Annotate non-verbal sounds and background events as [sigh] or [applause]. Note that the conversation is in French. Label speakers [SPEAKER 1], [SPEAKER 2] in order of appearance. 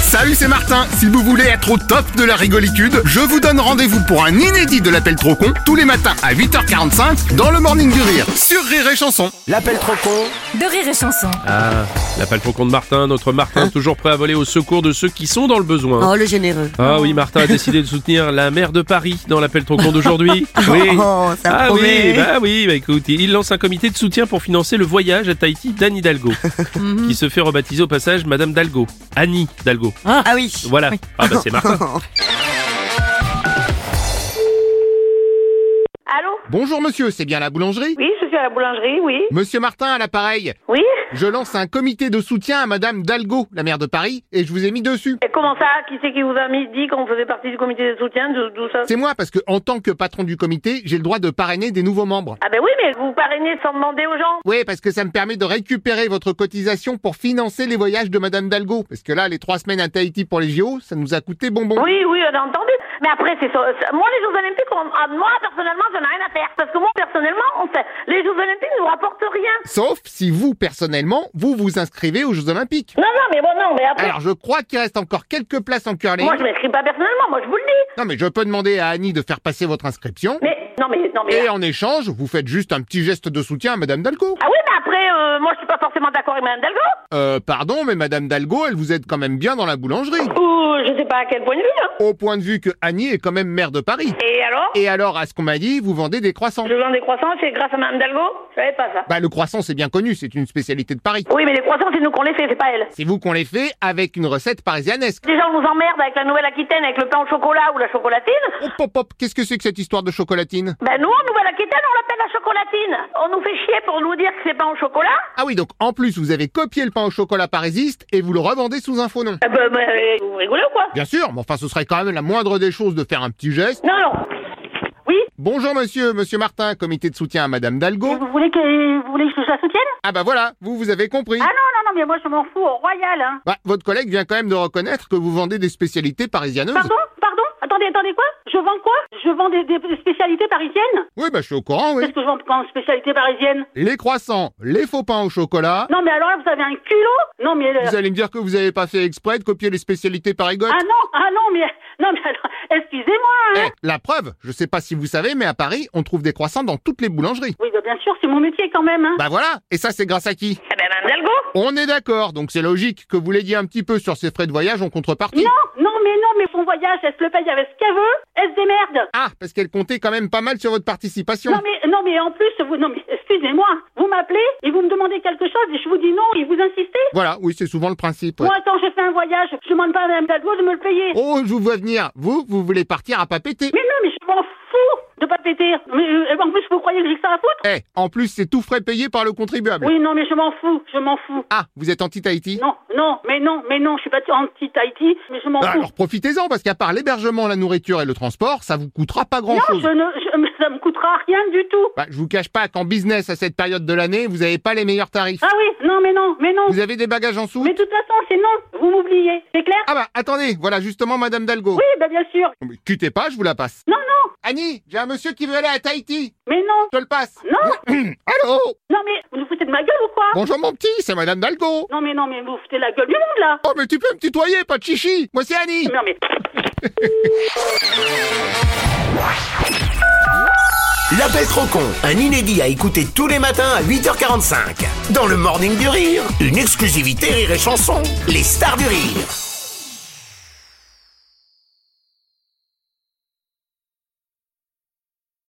[SPEAKER 1] Salut, c'est Martin. Si vous voulez être au top de la rigolitude, je vous donne rendez-vous pour un inédit de l'appel trop con tous les matins à 8h45 dans le Morning du Rire sur Rire et Chanson.
[SPEAKER 2] L'appel trop con
[SPEAKER 3] de rire et chanson.
[SPEAKER 4] Ah, l'appel faucon de Martin, notre Martin toujours prêt à voler au secours de ceux qui sont dans le besoin.
[SPEAKER 5] Hein Oh, le généreux.
[SPEAKER 4] Ah oui, Martin a décidé de soutenir la maire de Paris dans l'appel trop con d'aujourd'hui. Oui.
[SPEAKER 5] [laughs] Oh, ça
[SPEAKER 4] ah oui,
[SPEAKER 5] promet.
[SPEAKER 4] bah oui, bah écoute, il lance un comité de soutien pour financer le voyage à Tahiti d'Anne Hidalgo,
[SPEAKER 5] [laughs] Mhm.
[SPEAKER 4] qui se fait rebaptiser au passage Madame Dalgo. Annie Dalgo.
[SPEAKER 5] Ah, oui.
[SPEAKER 4] Voilà. Ah bah c'est Martin.
[SPEAKER 6] Allô
[SPEAKER 1] Bonjour monsieur, c'est bien la boulangerie
[SPEAKER 6] Oui, je suis à la boulangerie, oui.
[SPEAKER 1] Monsieur Martin à l'appareil.
[SPEAKER 6] Oui
[SPEAKER 1] Je lance un comité de soutien à madame Dalgo, la maire de Paris, et je vous ai mis dessus.
[SPEAKER 6] Et comment ça Qui c'est qui vous a mis, dit qu'on faisait partie du comité de soutien D'où d'où ça
[SPEAKER 1] C'est moi parce que en tant que patron du comité, j'ai le droit de parrainer des nouveaux membres.
[SPEAKER 6] Ah ben oui, mais vous parrainez sans demander aux gens.
[SPEAKER 1] Oui, parce que ça me permet de récupérer votre cotisation pour financer les voyages de Madame Dalgo. Parce que là, les trois semaines à Tahiti pour les JO, ça nous a coûté bonbon.
[SPEAKER 6] Oui, oui, on a entendu. Mais après, c'est ça. c'est- Moi, les Jeux Olympiques, on- ah, moi, personnellement, j'en ai rien à faire. Parce que moi, personnellement, on fait. Les Jeux Olympiques ne nous rapportent rien.
[SPEAKER 1] Sauf si vous, personnellement, vous vous inscrivez aux Jeux Olympiques.
[SPEAKER 6] Non, non, mais bon, non, mais après.
[SPEAKER 1] Alors, je crois qu'il reste encore quelques places en curling.
[SPEAKER 6] Moi, je m'inscris pas personnellement, moi, je vous le dis.
[SPEAKER 1] Non, mais je peux demander à Annie de faire passer votre inscription.
[SPEAKER 6] Mais, non, mais, non, mais.
[SPEAKER 1] Et en échange, vous faites juste un petit geste de soutien à Madame Dalgo.
[SPEAKER 6] Ah oui, mais après, euh, moi, je suis pas forcément d'accord avec Mme Dalgo.
[SPEAKER 1] Euh, pardon, mais Madame Dalgo, elle vous aide quand même bien dans la boulangerie.
[SPEAKER 6] Ou, je sais pas à quel point de vue, hein.
[SPEAKER 1] Au point de vue que Annie est quand même maire de Paris.
[SPEAKER 6] Et alors
[SPEAKER 1] Et alors, à ce qu'on m'a dit, vous vendez des croissants.
[SPEAKER 6] Je vends des croissants, c'est grâce à Mme Dalgo Je savais pas ça.
[SPEAKER 1] Bah, le croissant, c'est bien connu, c'est une spécialité de Paris.
[SPEAKER 6] Oui, mais les croissants, c'est nous qu'on les fait, c'est pas elle.
[SPEAKER 1] C'est vous qu'on les fait avec une recette parisianesque.
[SPEAKER 6] Déjà, on vous emmerde avec la Nouvelle-Aquitaine, avec le pain au chocolat ou la chocolatine.
[SPEAKER 1] Hop, hop, hop, qu'est-ce que c'est que cette histoire de chocolatine
[SPEAKER 6] Ben nous, en Nouvelle-Aquitaine, on l'appelle la chocolatine. On nous fait chier pour nous dire que c'est pain au chocolat.
[SPEAKER 1] Ah oui, donc en plus, vous avez copié le pain au chocolat parisiste et vous le revendez sous un faux nom.
[SPEAKER 6] Eh ben, ben, euh, vous rigolez ou quoi
[SPEAKER 1] Bien sûr, mais enfin, ce serait quand même la moindre des choses de faire un petit geste.
[SPEAKER 6] Non, non. Oui
[SPEAKER 1] Bonjour monsieur, monsieur Martin, comité de soutien à Madame Dalgo.
[SPEAKER 6] Vous voulez que, vous voulez que je la soutienne
[SPEAKER 1] Ah bah voilà, vous, vous avez compris.
[SPEAKER 6] Ah non, non, non, mais moi, je m'en fous au royal, hein.
[SPEAKER 1] Bah, votre collègue vient quand même de reconnaître que vous vendez des spécialités parisianeuses.
[SPEAKER 7] Pardon Pardon Attendez, attendez quoi Je vends quoi Je vends des, des spécialités parisiennes
[SPEAKER 1] Oui, bah je suis au courant, oui.
[SPEAKER 7] Qu'est-ce que je vends en spécialité parisienne
[SPEAKER 1] Les croissants, les faux pains au chocolat.
[SPEAKER 7] Non mais alors là, vous avez un culot Non mais... euh,
[SPEAKER 1] Vous allez me dire que vous avez pas fait exprès de copier les spécialités parigotes
[SPEAKER 7] Ah non, ah non mais... Non mais alors, excusez-moi hein.
[SPEAKER 1] Eh, la preuve, je sais pas si vous savez, mais à Paris, on trouve des croissants dans toutes les boulangeries.
[SPEAKER 7] Oui, bah, bien sûr, c'est mon métier quand même. Hein.
[SPEAKER 1] Bah voilà, et ça c'est grâce à qui
[SPEAKER 6] Eh ben, Mme Dalgo
[SPEAKER 1] On est d'accord, donc c'est logique que vous l'aidiez un petit peu sur ses frais de voyage en contrepartie.
[SPEAKER 7] Non, non mais non, mais son voyage, elle se le paye avec ce qu'elle veut, elle se démerde
[SPEAKER 1] Ah, parce qu'elle comptait quand même pas mal sur votre participation.
[SPEAKER 7] non mais, non mais en plus, vous, non mais excusez-moi, vous m'appelez et vous me demandez quelque chose et je vous dis non et vous insistez
[SPEAKER 1] Voilà, oui, c'est souvent le principe. ouais.
[SPEAKER 7] Moi attends, je fais un voyage, je demande pas à Mme Dalgo de me le payer.
[SPEAKER 1] Oh, je vous vois venir. Vous, vous voulez partir à pas péter.
[SPEAKER 7] Mais non, mais je m'en fous de pas péter. Mais euh, en plus, vous croyez que j'ai que ça à foutre
[SPEAKER 1] Eh, en plus, c'est tout frais payé par le contribuable.
[SPEAKER 7] Oui, non, mais je m'en fous, je m'en fous.
[SPEAKER 1] Ah, vous êtes anti-Tahiti
[SPEAKER 7] Non, non, mais non, mais non, je suis pas anti-Tahiti, mais je m'en
[SPEAKER 1] Bah,
[SPEAKER 7] fous.
[SPEAKER 1] Alors profitez-en, parce qu'à part l'hébergement, la nourriture et le transport, ça vous coûtera pas
[SPEAKER 7] non,
[SPEAKER 1] grand-chose.
[SPEAKER 7] je ne, je- [laughs] mais ça me coûtera rien du tout.
[SPEAKER 1] Bah, je vous cache pas qu'en business, à cette période de l'année, vous avez pas les meilleurs tarifs.
[SPEAKER 7] Ah oui, non, mais non, mais non.
[SPEAKER 1] Vous avez des bagages en soute
[SPEAKER 7] Mais de toute façon, c'est non, vous m'oubliez, c'est clair
[SPEAKER 1] Ah bah attendez, voilà justement Madame Dalgo.
[SPEAKER 7] Oui, bah bien sûr.
[SPEAKER 1] Mais Quittez pas, je vous la passe.
[SPEAKER 7] Non, non,
[SPEAKER 1] Annie, j'ai un monsieur qui veut aller à Tahiti.
[SPEAKER 7] mais non,
[SPEAKER 1] Je te le passe. [clears throat]
[SPEAKER 7] non,
[SPEAKER 1] Allô
[SPEAKER 7] non, mais vous nous foutez de ma gueule ou quoi
[SPEAKER 1] Bonjour mon petit, c'est Madame Dalgo.
[SPEAKER 7] Non, mais non, mais vous foutez la gueule du monde là.
[SPEAKER 1] Oh mais tu peux me tutoyer, pas de chichi. Moi c'est Annie.
[SPEAKER 7] Non, mais.
[SPEAKER 2] L'appel trop con, un inédit à écouter tous les matins à 8h45. Dans le Morning du Rire, une exclusivité Rire et Chanson, les stars du rire.